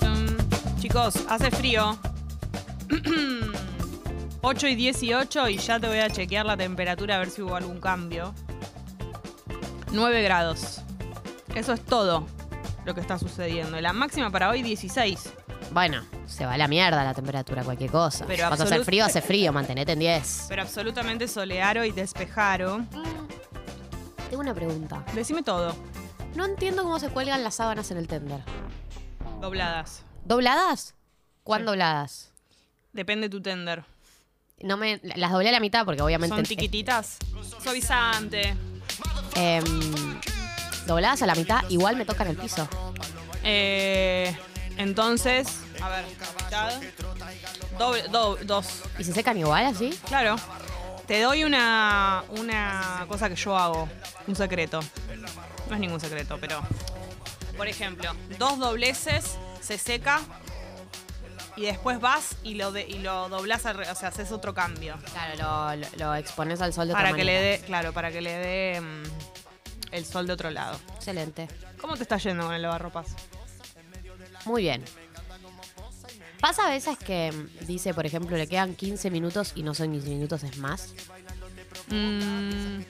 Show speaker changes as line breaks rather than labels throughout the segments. Mm, chicos, hace frío. 8 y 18 y ya te voy a chequear la temperatura a ver si hubo algún cambio. 9 grados. Eso es todo lo que está sucediendo. Y La máxima para hoy 16.
Bueno, se va a la mierda la temperatura, cualquier cosa.
Pero
Cuando hace
absolut-
frío, hace frío, mantenete en 10.
Pero absolutamente solearo y despejaro.
Mm, Tengo una pregunta.
Decime todo.
No entiendo cómo se cuelgan las sábanas en el tender.
Dobladas.
¿Dobladas? ¿Cuán
Sí.
dobladas?
Depende tu tender.
No me, las doblé a la mitad porque obviamente...
¿Son tiquititas? Suavizante.
Em, dobladas a la mitad, igual me tocan el piso.
Eh, entonces, a ver, mitad. Doble, do- dos.
¿Y se secan igual así?
Claro. Te doy una, una cosa que yo hago, un secreto. No es ningún secreto, pero. Por ejemplo, dos dobleces, se seca y después vas y lo, de- y lo doblas, o sea, haces otro cambio.
Claro, lo, lo- lo expones al sol de otra
Para que le
manera.
dé, claro, para que le dé mm, el sol de otro lado.
Excelente.
¿Cómo te está yendo con el lavarropas?
Muy bien. Pasa a veces que mm, dice, por ejemplo, le quedan 15 minutos y no son 15 minutos, es más.
Mm,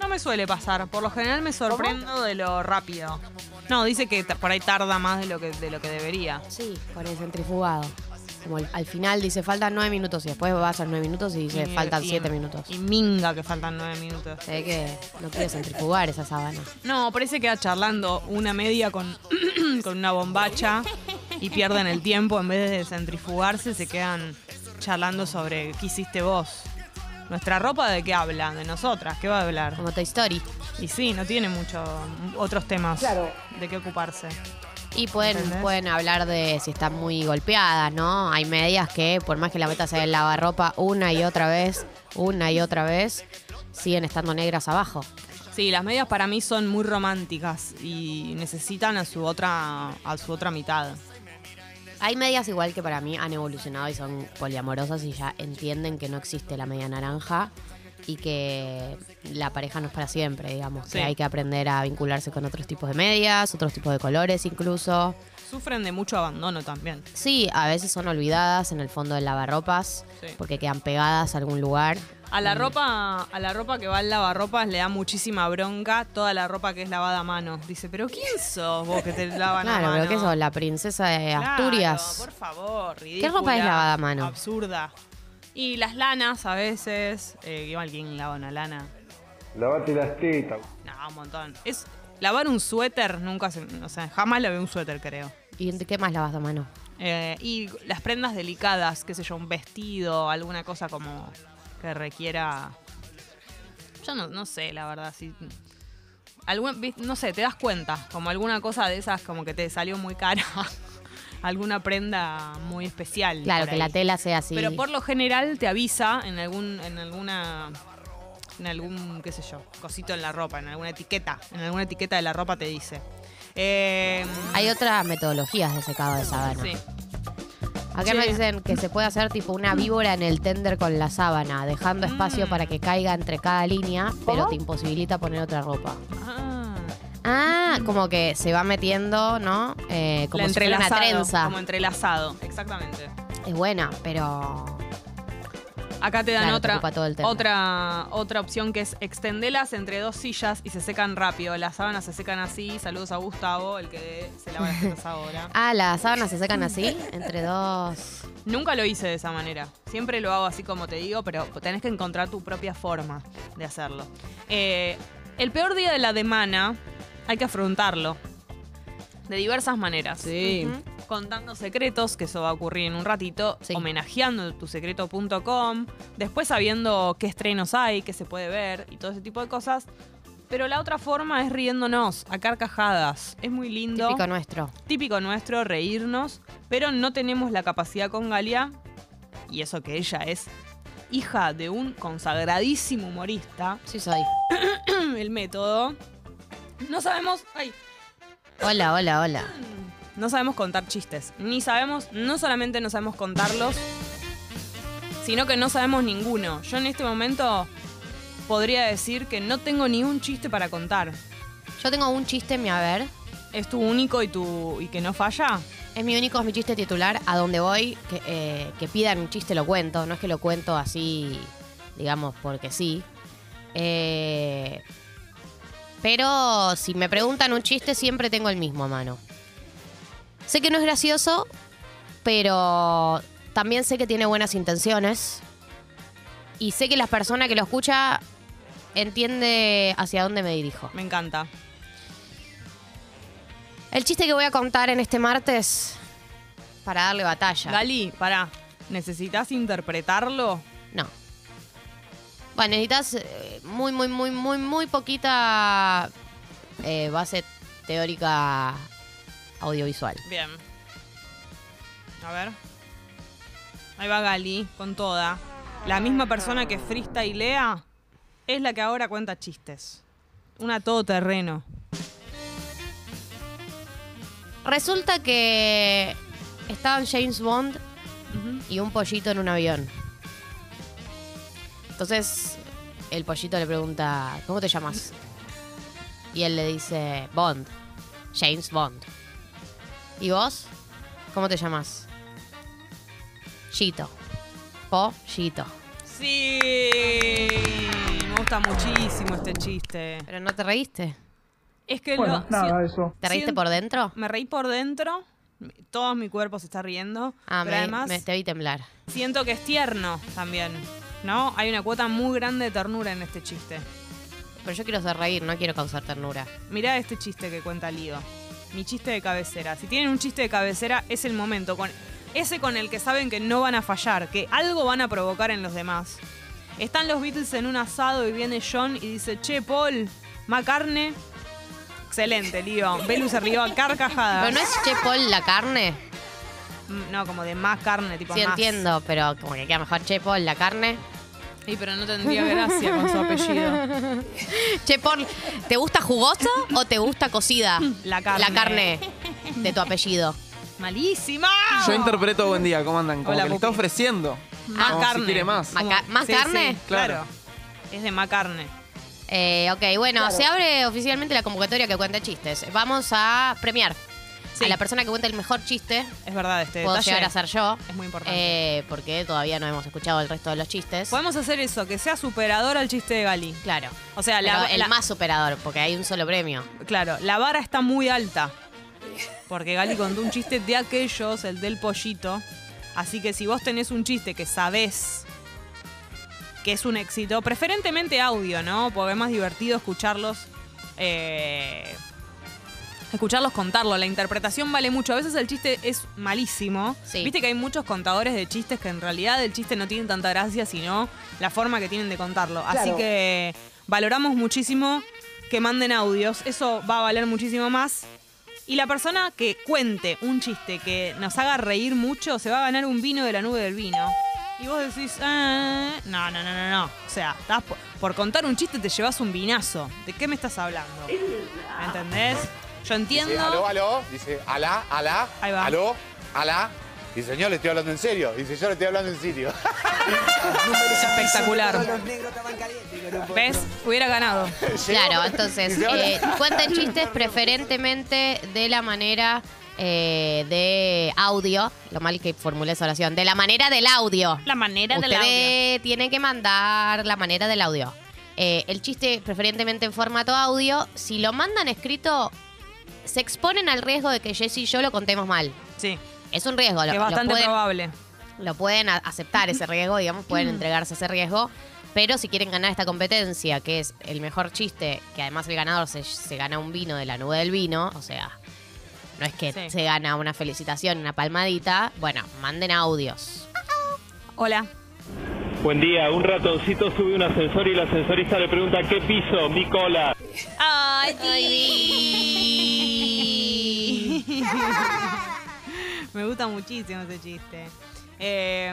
no me suele pasar. Por lo general me sorprendo de lo rápido. No, dice que ta- por ahí tarda más de lo que, de lo que debería.
Sí, con el centrifugado. Como el- al final dice faltan 9 minutos y después vas a 9 minutos y dice
Y- eh,
faltan
y-
7 minutos.
Y minga que faltan nueve minutos.
Se ve que no quiere centrifugar esa sábana.
No, parece que queda charlando una media con, con una bombacha y pierden el tiempo. En vez de centrifugarse, se quedan charlando sobre qué hiciste vos. Nuestra ropa de qué habla, de nosotras, qué va a hablar.
Como Toy Story.
Y sí, no tiene muchos otros temas
Claro.
de qué ocuparse.
Y pueden,
¿Entendés?
pueden hablar de si están muy golpeadas, ¿no? Hay medias que, por más que la metas en el lavarropa una y otra vez, una y otra vez, siguen estando negras abajo.
Sí, las medias para mí son muy románticas y necesitan a su otra, a su otra mitad.
Hay medias igual que para mí han evolucionado y son poliamorosas y ya entienden que no existe la media naranja y que la pareja no es para siempre, digamos.
Sí.
Que hay que aprender a vincularse con otros tipos de medias, otros tipos de colores incluso.
Sufren de mucho abandono también.
Sí, a veces son olvidadas en el fondo del lavarropas
Sí.
porque quedan pegadas a algún lugar.
A
Mm.
la ropa, a la ropa que va al lavarropas le da muchísima bronca toda la ropa que es lavada a mano. Dice, pero ¿quién sos vos que te lavan a
Claro,
mano?
pero ¿qué sos? La princesa de Asturias.
Claro, por favor, ridícula,
ropa es lavada a mano?
Absurda. Y las lanas a veces. Eh, igual, ¿quién lava una lana?
Lavate las tetas.
No, un montón. Es, lavar un suéter nunca se. O sea, jamás lavé un suéter, creo.
¿Y de qué más lavas a mano?
Eh, y las prendas delicadas, qué sé yo, un vestido, alguna cosa como que requiera. Yo no, no sé, la verdad, si. algún- vi- no sé, te das cuenta, como alguna cosa de esas como que te salió muy cara. alguna prenda muy especial.
Claro,
por
que la
ahí.
tela sea así.
Pero por lo general te avisa en algún, en alguna. En algún, qué sé yo, cosito en la ropa, en alguna etiqueta. En alguna etiqueta de la ropa te dice. Eh,
Hay otras metodologías de secado de sábana.
sí.
Acá
Sí.
me dicen que se puede hacer tipo una víbora en el tender con la sábana, dejando espacio
Mm.
para que caiga entre cada línea, pero te imposibilita poner otra ropa.
Ah.
Ah, como que se va metiendo, ¿no? Eh, como
La
si fuera una
entrelazado,
trenza.
Como entrelazado, exactamente.
Es buena, pero
Acá te dan
Claro, te
otra,
ocupa todo el tender.
otra, otra opción que es extendelas entre dos sillas y se secan rápido. Las sábanas se secan así. Saludos a Gustavo, el que se lava las tetas ahora.
ah, las sábanas se secan así entre dos.
Nunca lo hice de esa manera. Siempre lo hago así como te digo, pero tenés que encontrar tu propia forma de hacerlo. Eh, el peor día de la semana hay que afrontarlo de diversas maneras. Sí. Contando secretos, que eso va a ocurrir en un ratito,
Sí.
homenajeando tusecreto.com, después sabiendo qué estrenos hay, qué se puede ver y todo ese tipo de cosas. Pero la otra forma es riéndonos a carcajadas. Es muy lindo
Típico nuestro.
típico nuestro reírnos, pero no tenemos la capacidad con Galia, y eso que ella es hija de un consagradísimo humorista,
Sí soy.
el método. No sabemos, ay,
Hola, hola, hola.
no sabemos contar chistes, ni sabemos, no solamente no sabemos contarlos, sino que no sabemos ninguno. Yo en este momento podría decir que no tengo ni un chiste para contar.
Yo tengo un chiste en mi haber.
¿Es tu único y tu y que no falla?
Es mi único, es mi chiste titular. A donde voy, que, eh, que pidan un chiste lo cuento. No es que lo cuento así, digamos, porque sí. Eh, pero si me preguntan un chiste, siempre tengo el mismo a mano. Sé que no es gracioso, pero también sé que tiene buenas intenciones. Y sé que la persona que lo escucha entiende hacia dónde me dirijo.
Me encanta.
El chiste que voy a contar en este martes para darle batalla.
Gali, pará. ¿Necesitas interpretarlo?
No. Bueno, necesitas eh, muy, muy, muy, muy, muy poquita eh, base teórica audiovisual.
Bien. A ver. Ahí va Gali, con toda. La misma persona que freestylea es la que ahora cuenta chistes. Una todoterreno.
Resulta que estaban James Bond y un pollito en un avión. Entonces el pollito le pregunta, ¿cómo te llamas? Y él le dice, Bond, James Bond. ¿Y vos? ¿Cómo te llamas? Chito. Pollito.
Sí. Me gusta muchísimo este chiste.
Pero no te reíste.
Es que
Bueno,
lo-
nada,
si-
eso.
¿Te reíste
Siento-
por dentro?
me reí por dentro. Todo mi cuerpo se está riendo.
Ah,
pero
me,
además
me- te vi temblar.
siento que es tierno también. ¿No? Hay una cuota muy grande de ternura en este chiste.
Pero yo quiero hacer reír, no quiero causar ternura.
Mirá este chiste que cuenta Lío. Mi chiste de cabecera. Si tienen un chiste de cabecera, es el momento. Con, ese con el que saben que no van a fallar, que algo van a provocar en los demás. Están los Beatles en un asado y viene John y dice, che, Paul, más carne. Excelente, Lío. Belu se rió a carcajadas.
Pero no es Che Paul la carne.
Mm, No, como de más carne, tipo
Sí,
más.
entiendo, pero como que queda mejor Che Paul la carne.
Y pero no tendría gracia con su apellido.
Che Paul, ¿te gusta jugosa o te gusta cocida?
La carne.
La carne de tu apellido.
Malísima.
Yo interpreto buen día, ¿cómo andan? Como
Hola,
que le está
Pupi.
ofreciendo.
Más
como
carne.
Si quiere más.
Maca- ¿más carne?
claro.
Claro.
Es de más carne.
Eh, ok, bueno, se abre oficialmente la convocatoria que cuenta chistes. Vamos a premiar
Sí.
a la persona que cuenta el mejor chiste.
Es verdad, este
Puedo
detalle.
llegar a ser yo.
es muy importante.
eh, porque todavía no hemos escuchado el resto de los chistes.
Podemos hacer eso, que sea superador al chiste de Gali.
Claro.
O sea,
Pero
la,
el
la-
más superador, porque hay un solo premio.
Claro, la vara está muy alta. Porque Gali contó un chiste de aquellos, el del pollito. Así que si vos tenés un chiste que sabés que es un éxito, preferentemente audio, ¿no? Porque es más divertido escucharlos. eh, escucharlos contarlo. La interpretación vale mucho. A veces el chiste es malísimo.
Sí.
Viste que hay muchos contadores de chistes que en realidad el chiste no tiene tanta gracia, sino la forma que tienen de contarlo. Así
Claro.
que valoramos muchísimo que manden audios. Eso va a valer muchísimo más. Y la persona que cuente un chiste que nos haga reír mucho se va a ganar un vino de la nube del vino. Y vos decís, "Ah, no, no, no, no, no. O sea, estás por, por contar un chiste te llevas un vinazo. ¿De qué me estás hablando? ¿Me entendés? Yo
Dice, aló,
entiendo.
aló. Dice, alá, alá.
Ahí va.
Aló, alá. Dice, señor, le estoy hablando en serio. Dice, yo le estoy hablando en serio.
Espectacular. ¿Ves? Hubiera ganado.
Claro, entonces, eh, cuenten chistes preferentemente de la manera eh, de audio. Lo mal que formulé esa oración. De la manera del audio.
La manera del audio.
Ustedes tienen que mandar la manera del audio. Eh, el chiste preferentemente en formato audio. Si lo mandan escrito, se exponen al riesgo de que Jessy y yo lo contemos mal.
Sí,
Es un riesgo. Lo,
es
lo
bastante
pueden-
probable.
lo pueden a- aceptar ese riesgo, digamos,
Mm.
pueden entregarse a ese riesgo. Pero si quieren ganar esta competencia, que es el mejor chiste, que además el ganador se, se gana un vino de la nube del vino, o sea, no es que
Sí.
se gana una felicitación, una palmadita. Bueno, manden audios.
Hola.
Buen día, un ratoncito sube un ascensor y el ascensorista le pregunta ¿qué piso? Mi cola.
Ay, Me gusta muchísimo ese chiste. Eh,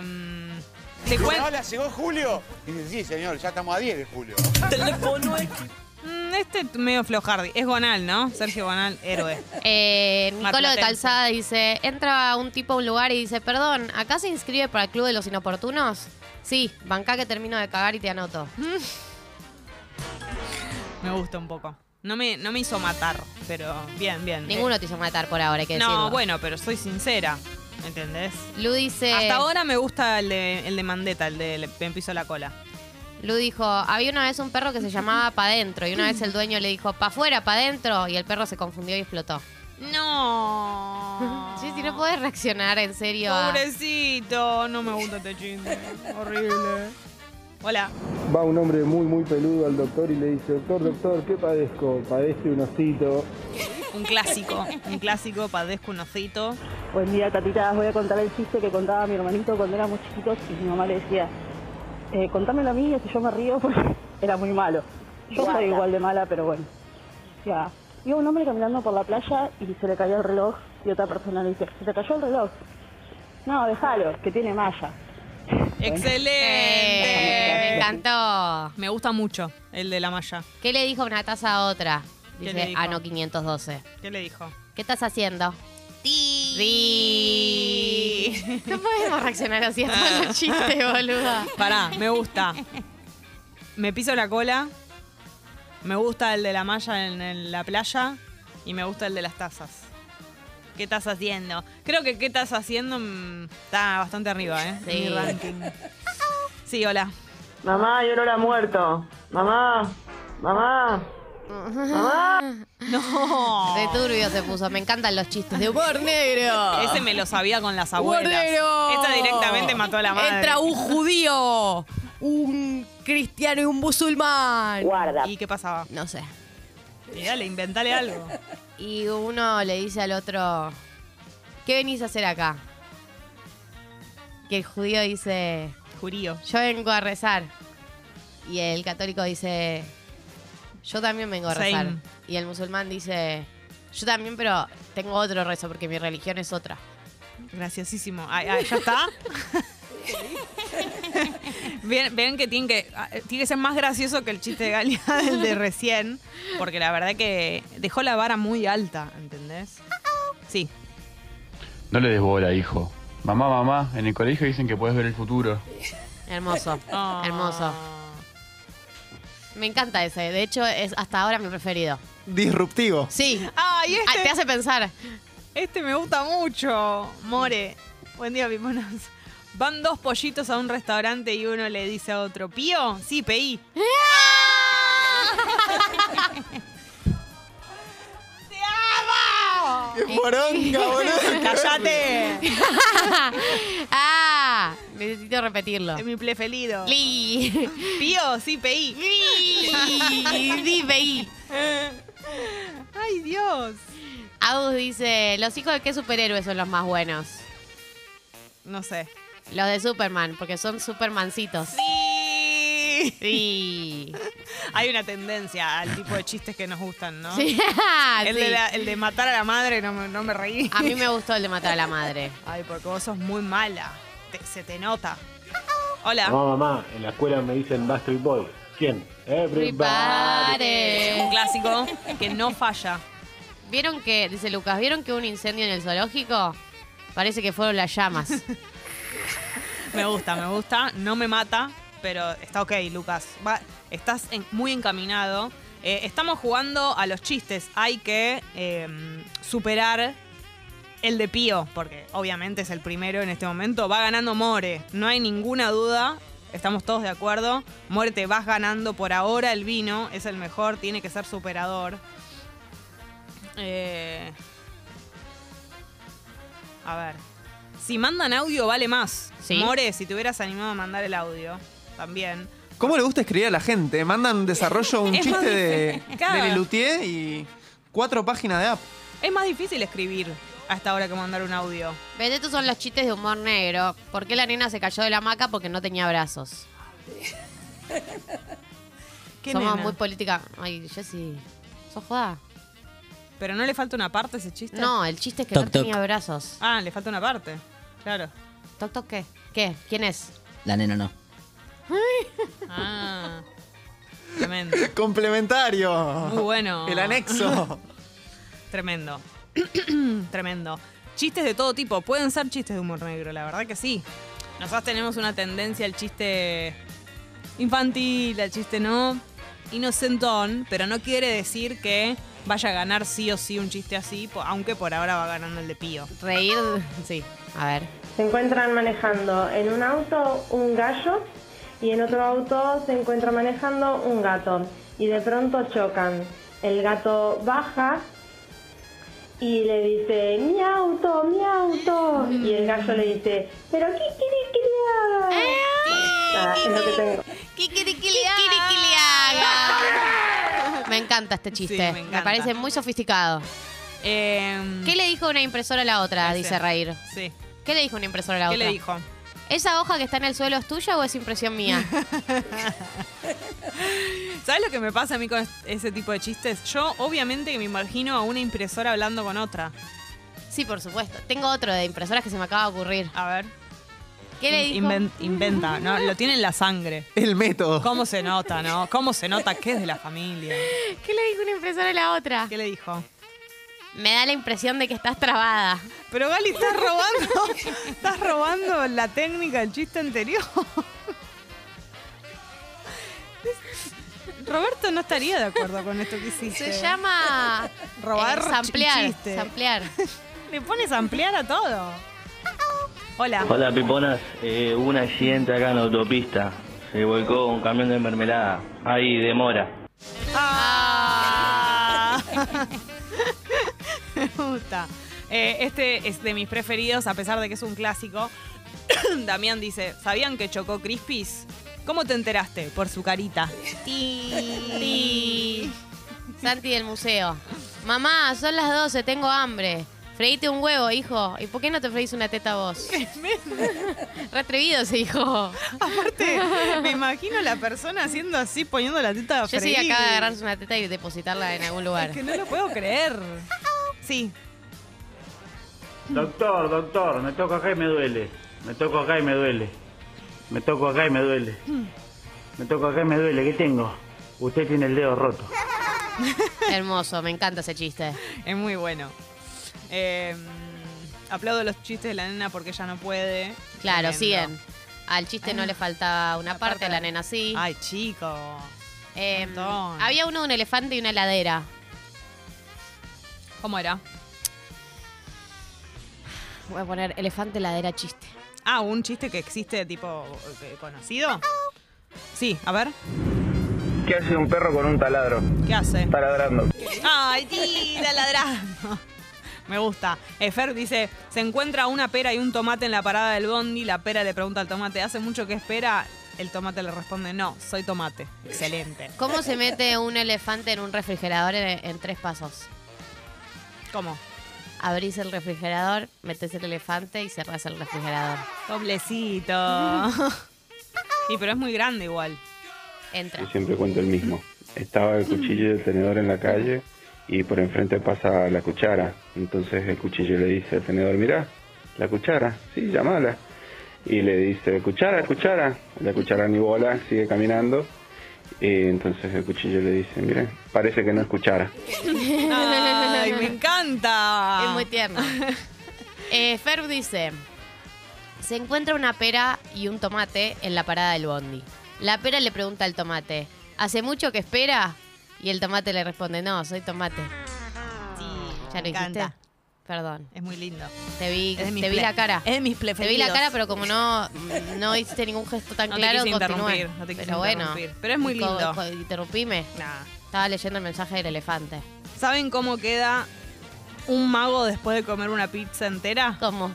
te
Dice,
cuen-
hola, llegó Julio. Dice, sí, señor, ya estamos a 10 de Julio.
Mm, Este es medio flojardi. Es Gonal, ¿no? Sergio Gonal, héroe.
Eh, Nicolo de
Marplatense.
Calzada dice, entra un tipo a un lugar y dice, perdón, ¿acá se inscribe para el Club de los Inoportunos? Sí, bancá que termino de cagar y te anoto.
Me gusta un poco. No me, no me hizo matar, pero bien, bien.
Ninguno te hizo matar por ahora, hay que
Eh, no,
decirlo.
bueno, pero soy sincera. ¿Me entendés?
Lu dice.
Hasta ahora me gusta el de, el de Mandeta, el de le- me piso la cola.
Lu dijo, había una vez un perro que se llamaba Pa' dentro y una vez el dueño le dijo, Pa' fuera, Pa' dentro y el perro se confundió y explotó.
No.
Sí, si no puedes reaccionar en serio a-
Pobrecito, no me gusta este chiste. Horrible. Hola.
Va un hombre muy, muy peludo al doctor y le dice, doctor, doctor, ¿qué padezco? Padece un osito.
Un clásico. Un clásico, padezco un osito.
Buen día, Capitán. Voy a contar el chiste que contaba mi hermanito cuando éramos chiquitos y mi mamá le decía, eh, contámelo a mí y así yo me río porque era muy malo. Yo soy igual de mala, pero bueno. Ya. Iba un hombre caminando por la playa y se le cayó el reloj y otra persona le dice, se te cayó el reloj. No, déjalo, que tiene malla.
Eh, Me
Excelente.
encantó.
Me gusta mucho el de la malla.
¿Qué le dijo una taza a otra?
¿Qué le
Dice,
dijo?
ah, no, 512.
¿Qué le dijo?
¿Qué estás haciendo?
Ti.
No podemos reaccionar así a todos los chistes, boluda.
Pará, me gusta. Me piso la cola. Me gusta el de la malla en, en la playa. Y me gusta el de las tazas. ¿Qué estás haciendo? Creo que qué estás haciendo mm, está bastante arriba, ¿eh?
Sí.
Mi ranking. Sí, hola.
Mamá, yo no la muerto. Mamá, mamá.
No.
De turbio se puso. Me encantan los chistes de humor negro.
Ese me lo sabía con las abuelas. Esta directamente mató a la madre.
un judío, un cristiano y un musulmán.
Guarda.
¿Y qué pasaba?
No sé.
Y dale, inventale algo.
Y uno le dice al otro, ¿qué venís a hacer acá? Que el judío dice,
Jurío.
yo vengo a rezar. Y el católico dice, yo también vengo a rezar.
Same.
Y el musulmán dice, yo también, pero tengo otro rezo porque mi religión es otra.
Graciosísimo. Ay, ay, ¿Ya está? Ven, ven que tiene que ah, tiene que ser más gracioso que el chiste de Galia del de recién, porque la verdad que dejó la vara muy alta, ¿entendés? Sí.
No le des bola, hijo. Mamá, mamá, en el colegio dicen que puedes ver el futuro.
Hermoso,
Oh.
hermoso. Me encanta ese. De hecho, es hasta ahora mi preferido.
Disruptivo.
Sí.
Ay,
Ah, te
este,
hace pensar.
este me gusta mucho. More. Buen día, Pimonos. Van dos pollitos a un restaurante y uno le dice a otro, ¿Pío? Sí, PI.
¡Ah!
¡Qué poronga, boludo!
¡Cállate!
ah, necesito repetirlo.
Es mi preferido.
Li.
Pío, sí, PI.
Li. Dime ahí.
¡Ay, Dios!
Agus dice, ¿los hijos de qué superhéroes son los más buenos?
No sé.
Los de Superman, porque son Supermancitos.
Sí.
Sí.
Hay una tendencia al tipo de chistes que nos gustan, ¿no?
Sí.
El,
sí. Ah.
de la- el de matar a la madre no me, no me reí.
A mí me gustó el de matar a la madre.
Ay, porque vos sos muy mala. Te- se te nota. Hola.
mamá, en la escuela me dicen Backstreet Boys. ¿Quién?
Un clásico que no falla.
¿Vieron que, dice Lucas, ¿vieron que hubo un incendio en el zoológico? Parece que fueron las llamas.
Me gusta, me gusta. No me mata, pero está ok, Lucas. Va- estás en- muy encaminado. Eh, estamos jugando a los chistes. Hay que eh, superar el de Pío, porque obviamente es el primero en este momento. Va ganando More, no hay ninguna duda. Estamos todos de acuerdo. More, te vas ganando por ahora el vino. Es el mejor, tiene que ser superador. Eh, a ver. Si mandan audio, vale más.
Sí.
More, si te hubieras animado a mandar el audio, también.
¿Cómo le gusta escribir a la gente? Mandan desarrollo un
Es más
chiste de,
claro.
de Lelutier y cuatro páginas de app.
Es más difícil escribir a esta hora que mandar un audio.
Vete, estos son los chistes de humor negro. ¿Por qué la nena se cayó de la hamaca? Porque no tenía brazos.
¿Qué
Somos
nena?
muy política. Ay, Jessy, ¿sos joda?
Pero no le falta una parte a ese chiste.
No, el chiste es que
Toc,
no
toc.
tenía brazos.
Ah, le falta una parte. Claro.
¿Toc, toc qué? ¿Qué? ¿Quién es?
La nena no.
Ah. Tremendo.
Complementario.
Muy bueno.
El anexo.
Tremendo. Tremendo. Chistes de todo tipo. Pueden ser chistes de humor negro, la verdad que sí. Nosotros tenemos una tendencia al chiste infantil, al chiste no. inocentón, pero no quiere decir que vaya a ganar sí o sí un chiste así, po- aunque por ahora va ganando el de Pío.
Reír, sí, a ver.
Se encuentran manejando en un auto un gallo y en otro auto se encuentra manejando un gato y de pronto chocan. El gato baja y le dice, mi auto, mi auto. Y el gallo le dice, pero ¿qué quiere Nada, Ah, es lo que tengo.
Kikiriquiliaga. Me encanta este chiste.
Sí, me
me,
encanta.
parece muy sofisticado.
Em,
¿Qué le dijo una impresora a la otra?
Ese.
Dice Reír.
Sí.
¿Qué le dijo una impresora a la
¿Qué
otra?
le dijo?
¿Esa hoja que está en el suelo es tuya o es impresión mía?
¿Sabes lo que me pasa a mí con es- ese tipo de chistes? Yo obviamente que me imagino a una impresora hablando con otra.
sí, por supuesto. Tengo otro de impresoras que se me acaba de ocurrir.
A ver.
¿Qué le dijo?
Inven- inventa, ¿no? Lo tiene en la sangre.
El método.
¿Cómo se nota, no? ¿Cómo se nota que es de la familia?
¿Qué le dijo una impresora a la otra?
¿Qué le dijo?
Me da la impresión de que estás trabada.
Pero Gali, estás robando, estás robando la técnica del chiste anterior. Roberto no estaría de acuerdo con esto que hiciste.
Se llama...
Robar
eh, samplear,
chi- chiste.
samplear.
Le pones ampliar a todo. Hola.
Hola Piponas, Eh, hubo un accidente acá en la autopista. Se volcó un camión de mermelada. Ahí demora.
Ah. Me gusta. Eh, este es de mis preferidos, a pesar de que es un clásico. Damián dice, ¿sabían que chocó Crispis? ¿Cómo te enteraste? Por su carita.
Ti. Santi del museo. Mamá, son las 12, tengo hambre. Freíte un huevo, hijo. ¿Y por qué no te freís una teta vos? Re atrevido ese hijo.
Aparte, me imagino la persona haciendo así, poniendo la teta a
Yo sí
freír.
acaba de agarrarse una teta y depositarla en algún lugar.
Es que no lo puedo creer. Sí.
Doctor, doctor, me toco acá y me duele. Me toco acá y me duele. Me toco acá y me duele. Me toco acá y me duele. ¿Qué tengo? Usted tiene el dedo roto.
Hermoso, me encanta ese chiste.
Es muy bueno. Eh, aplaudo los chistes de la nena porque ella no puede.
Claro,
Tremendo.
siguen. Al chiste no le faltaba una parte, a la nena sí.
Ay, chico.
Eh,
montón.
había uno de un elefante y una heladera.
¿Cómo era?
Voy a poner elefante, heladera, chiste.
Ah, un chiste que existe tipo eh, conocido. Sí, a ver.
¿Qué hace un perro con un taladro?
¿Qué hace?
Taladrando.
Ay, tira ladrando. Me gusta. Eh, Fer dice, se encuentra una pera y un tomate en la parada del bondi. La pera le pregunta al tomate, ¿hace mucho que espera? El tomate le responde, no, soy tomate. Excelente.
¿Cómo se mete un elefante en un refrigerador en- en tres pasos?
¿Cómo?
abrís el refrigerador, metes el elefante y cerrás el refrigerador.
Doblecito. y pero es muy grande igual.
Entra.
siempre cuento el mismo. Estaba el cuchillo y el tenedor en la calle y por enfrente pasa la cuchara. Entonces el cuchillo le dice al tenedor, mirá, la cuchara, sí, llamala. Y le dice, cuchara, cuchara. La cuchara ni bola, sigue caminando. Y entonces el cuchillo le dice, mire, parece que no es cuchara.
Ay, me encanta.
Es muy tierno. Eh, Ferb dice, se encuentra una pera y un tomate en la parada del bondi. La pera le pregunta al tomate, ¿hace mucho que espera? Y el tomate le responde, no, soy tomate.
Sí,
¿Ya lo
me
hiciste?
encanta.
Perdón,
Es muy lindo.
te vi,
Es de mis
te vi
pre-
la cara.
Es de mis
Te vi la
preferidos.
cara, pero como no, no hiciste ningún gesto tan
No te
claro,
quise
continué.
interrumpir, no te quise
pero bueno,
interrumpir. Pero es muy
co-
lindo.
co- Interrumpime.
Nah.
Estaba leyendo el mensaje del elefante.
¿Saben cómo queda un mago después de comer una pizza entera?
¿Cómo?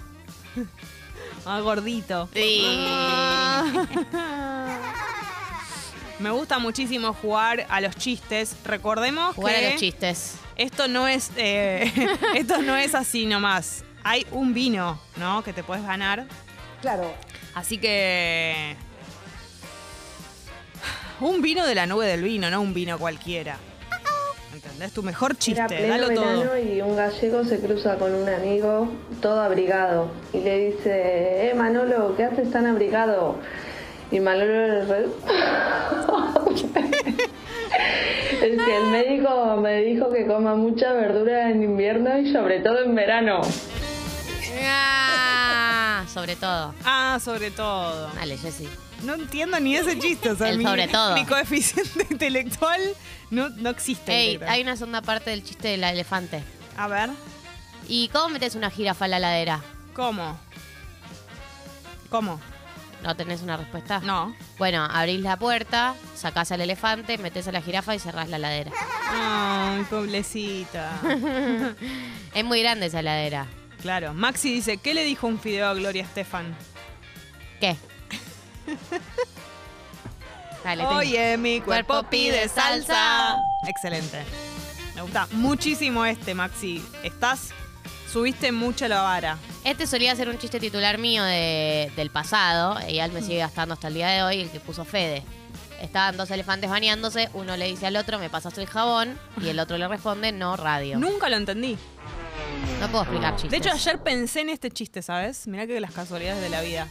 Ah, gordito. Me gusta muchísimo jugar a los chistes. Recordemos
Jugar
que
a los chistes.
esto no es eh, esto no es así nomás. Hay un vino, ¿no? Que te puedes ganar.
Claro,
Así que un vino de la nube del vino, no un vino cualquiera. ¿Entendés? Tu mejor
Era
chiste,
pleno
dalo
verano
todo.
y un gallego se cruza con un amigo todo abrigado y le dice, eh Manolo, ¿qué haces tan abrigado? Y Manolo le re- Es que el médico me dijo que coma mucha verdura en invierno y sobre todo en verano.
Ah, sobre todo.
Ah, sobre todo.
Dale, Jessy.
No entiendo ni ese chiste, o sea,
El
mi-
sobre todo.
mi coeficiente intelectual no, no existe.
Ey,
Creo.
hay una segunda parte del chiste del elefante.
A ver,
¿Y cómo metes una jirafa a la ladera?
¿cómo? ¿Cómo?
¿No tenés una respuesta?
No.
Bueno, abrís la puerta, sacás al elefante, metés a la jirafa y cerrás la ladera.
Ay, pobrecita.
Es muy grande esa ladera.
Claro. Maxi dice, ¿qué le dijo un fideo a Gloria Estefan?
¿Qué? Dale, te-
Oye, mi cuerpo,
Cuerpo
pide
pide salsa.
salsa. Excelente. Me gusta muchísimo este, Maxi. Estás, subiste mucho la vara.
Este solía ser un chiste titular mío de- del pasado, y él me sigue gastando hasta el día de hoy, el que puso Fede. Estaban dos elefantes bañándose, uno le dice al otro, me pasaste el jabón, y el otro le responde, no radio. No,
Nunca lo entendí.
puedo explicar chistes.
De hecho, ayer pensé en este chiste, ¿sabes? Mirá que las casualidades de la vida.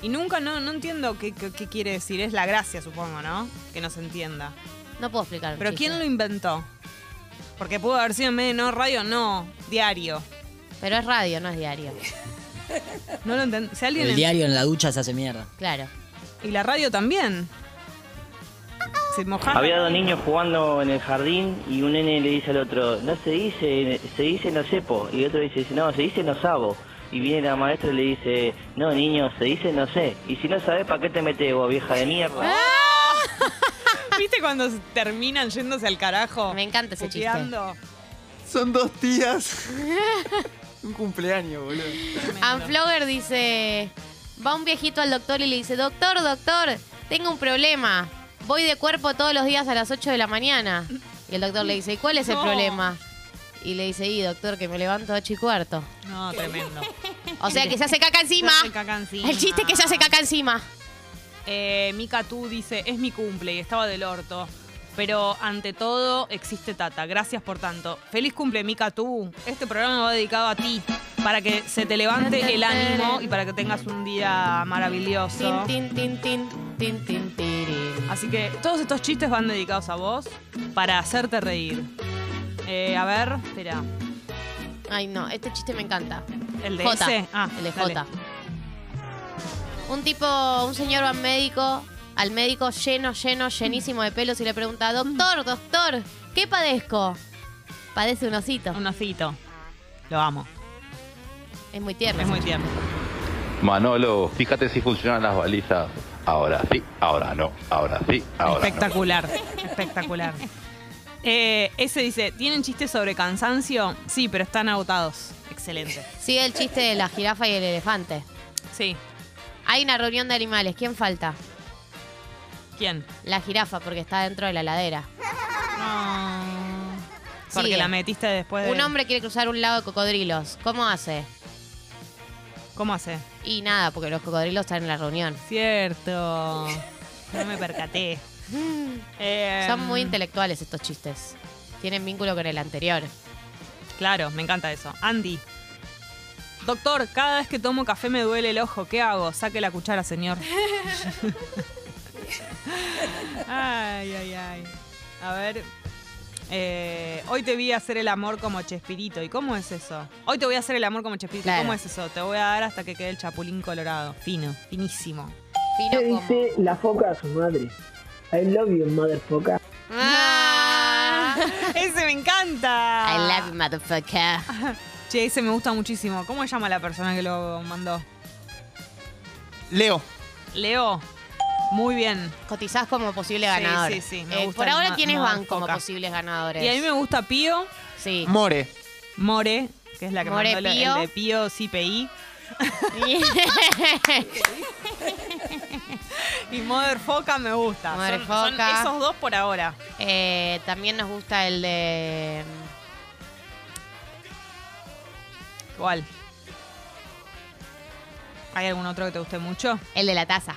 Y nunca, no, no entiendo qué, qué- qué quiere decir. Es la gracia, supongo, ¿no? Que no se entienda.
no puedo explicar un
Pero
chiste.
¿quién lo inventó? Porque pudo haber sido en medio de no radio, no, diario.
Pero es radio, no es diario.
No lo entendí. Si alguien
El
en-
diario en la ducha se hace mierda.
Claro.
Y la radio también. Se mojaron.
Había dos niños jugando en el jardín y un nene le dice al otro, no se dice, se dice no sepo. Y el otro dice, no, se dice no sabo. Y viene la maestra y le dice, no niño, se dice no sé. Y si no sabes, ¿para qué te metes vos, vieja de mierda?
¿Viste cuando se terminan yéndose al carajo?
Me encanta ese chiste.
Puteando.
Son dos tías. Un cumpleaños, boludo.
Anflogger dice, va un viejito al doctor y le dice, doctor, doctor, tengo un problema. Voy de cuerpo todos los días a las 8 de la mañana. Y el doctor le dice, ¿y cuál es el
No.
problema? Y le dice, y doctor, que me levanto a 8 y cuarto.
No, tremendo.
O sea, que se hace caca encima.
Se caca encima.
El chiste es que se hace caca encima.
Eh, Mika Tú dice, es mi cumple y estaba del orto. Pero ante todo existe Tata. Gracias por tanto. Feliz cumple, Mika Tú. Este programa va dedicado a ti. Para que se te levante el ánimo y para que tengas un día maravilloso.
Tin, tin, tin, tin, tin, tin, tirin.
Así que todos estos chistes van dedicados a vos para hacerte reír. Eh, a ver, espera.
Ay, no, este chiste me encanta.
El de
J.
ese. Ah,
el de
dale.
J. Un tipo, un señor va al médico, al médico lleno, lleno, llenísimo de pelos y le pregunta, doctor, doctor, ¿qué padezco? Padece un osito.
Un osito. Lo amo.
Es muy tierno.
Es muy tierno.
Manolo, fíjate si funcionan las balizas. Ahora sí, ahora no, ahora sí,
espectacular. Espectacular. Eh, ese dice, ¿tienen chistes sobre cansancio? Sí, pero están agotados. Excelente.
Sigue el chiste de la jirafa y el elefante.
Sí.
Hay una reunión de animales, ¿quién falta?
¿Quién?
La jirafa, porque está dentro de la ladera.
Porque
Sigue.
la metiste después de...
Un hombre quiere cruzar un lago de cocodrilos. ¿Cómo hace?
¿Cómo hace?
Y nada, porque los cocodrilos están en la reunión.
Cierto. No me percaté. Eh,
Son muy intelectuales estos chistes. Tienen vínculo con el anterior.
Claro, me encanta eso. Andy. Doctor, cada vez que tomo café me duele el ojo. ¿Qué hago? Saque la cuchara, señor. ay, ay, ay. A ver. eh, hoy te vi hacer el amor como Chespirito. ¿Y cómo es eso? Hoy te voy a hacer el amor como Chespirito. ¿Y
Claro.
¿Cómo es eso? Te voy a dar hasta que quede el chapulín colorado. Fino, finísimo.
Fino
¿Qué
como-
dice la foca a su madre? I love you, mother foca.
Ah.
¡Ese me encanta!
I love you, motherfucker.
Che, ese me gusta muchísimo. ¿Cómo se llama la persona que lo mandó?
Leo.
Leo. Muy bien.
Cotizás como posible
Sí,
ganador.
sí,
Eh,
sí, me gusta
por
el
ahora,
ma-
¿quiénes
modo
van como
foca.
posibles ganadores?
Y a mí me gusta Pío,
Sí.
More.
More, que es la que
More
mandó la-
Pío.
el de Pío CPI. Y Mother Foca me gusta.
Mother
Son- son
Foca.
esos dos por ahora.
Eh, también nos gusta el de...
¿Cuál? ¿Hay algún otro que te guste mucho?
El de la taza.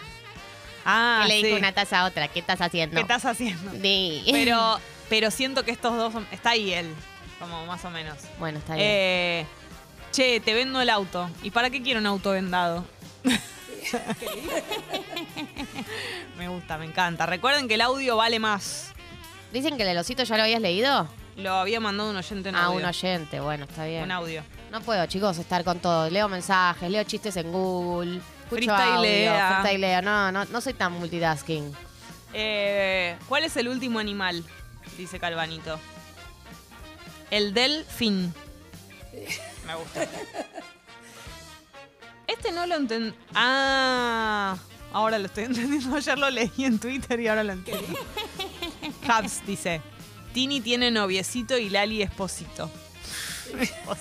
Ah,
que le dijo
sí.
una taza a otra. ¿Qué estás haciendo?
¿Qué estás haciendo?
Sí.
Pero, pero siento que estos dos... son- Está ahí él, como más o menos.
Bueno, está bien.
Eh, che, te vendo el auto. ¿Y para qué quiero un auto vendado? me gusta, me encanta. Recuerden que el audio vale más.
Dicen que el de losito ya lo habías leído.
Lo había mandado Ah, un oyente en
a
audio.
un oyente. Bueno, está bien.
Un audio.
No puedo, chicos, estar con todo. Leo mensajes, leo chistes en Google, escucho
Freestylea.
audio, freestyleo. No, no, no soy tan multitasking.
Eh, ¿Cuál es el último animal? Dice Calvanito. El delfín. Me gusta. Este no lo entendí. Ah, ahora lo estoy entendiendo. Ayer lo leí en Twitter y ahora lo entiendo. Habs dice: Tini tiene noviecito y Lali esposito.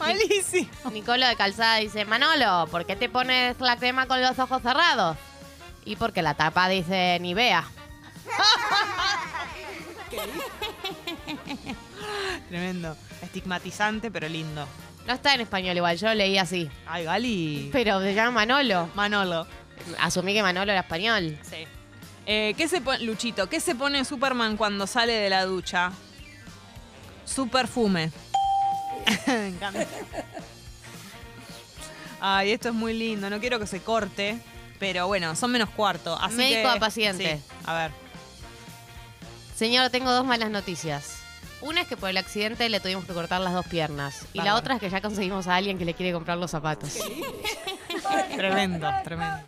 Malísimo.
Nicolo de Calzada dice, Manolo, ¿por qué te pones la crema con los ojos cerrados? Y porque la tapa dice Nivea.
Tremendo. Estigmatizante, pero lindo.
No está en español igual, yo leí así.
Ay, Gali.
Pero se llama Manolo.
Manolo.
Asumí que Manolo era español.
Sí. Eh, ¿qué se pone, Luchito, ¿qué se pone Superman cuando sale de la ducha? Su perfume. Me encanta. Ay, esto es muy lindo. No quiero que se corte, pero bueno, son menos cuarto. Así
Médico
que-
a paciente.
Sí, a ver.
Señor, tengo dos malas noticias. Una es que por el accidente le tuvimos que cortar las dos piernas. Y la
Bárbaro.
otra es que ya conseguimos a alguien que le quiere comprar los zapatos.
Tremendo, tremendo.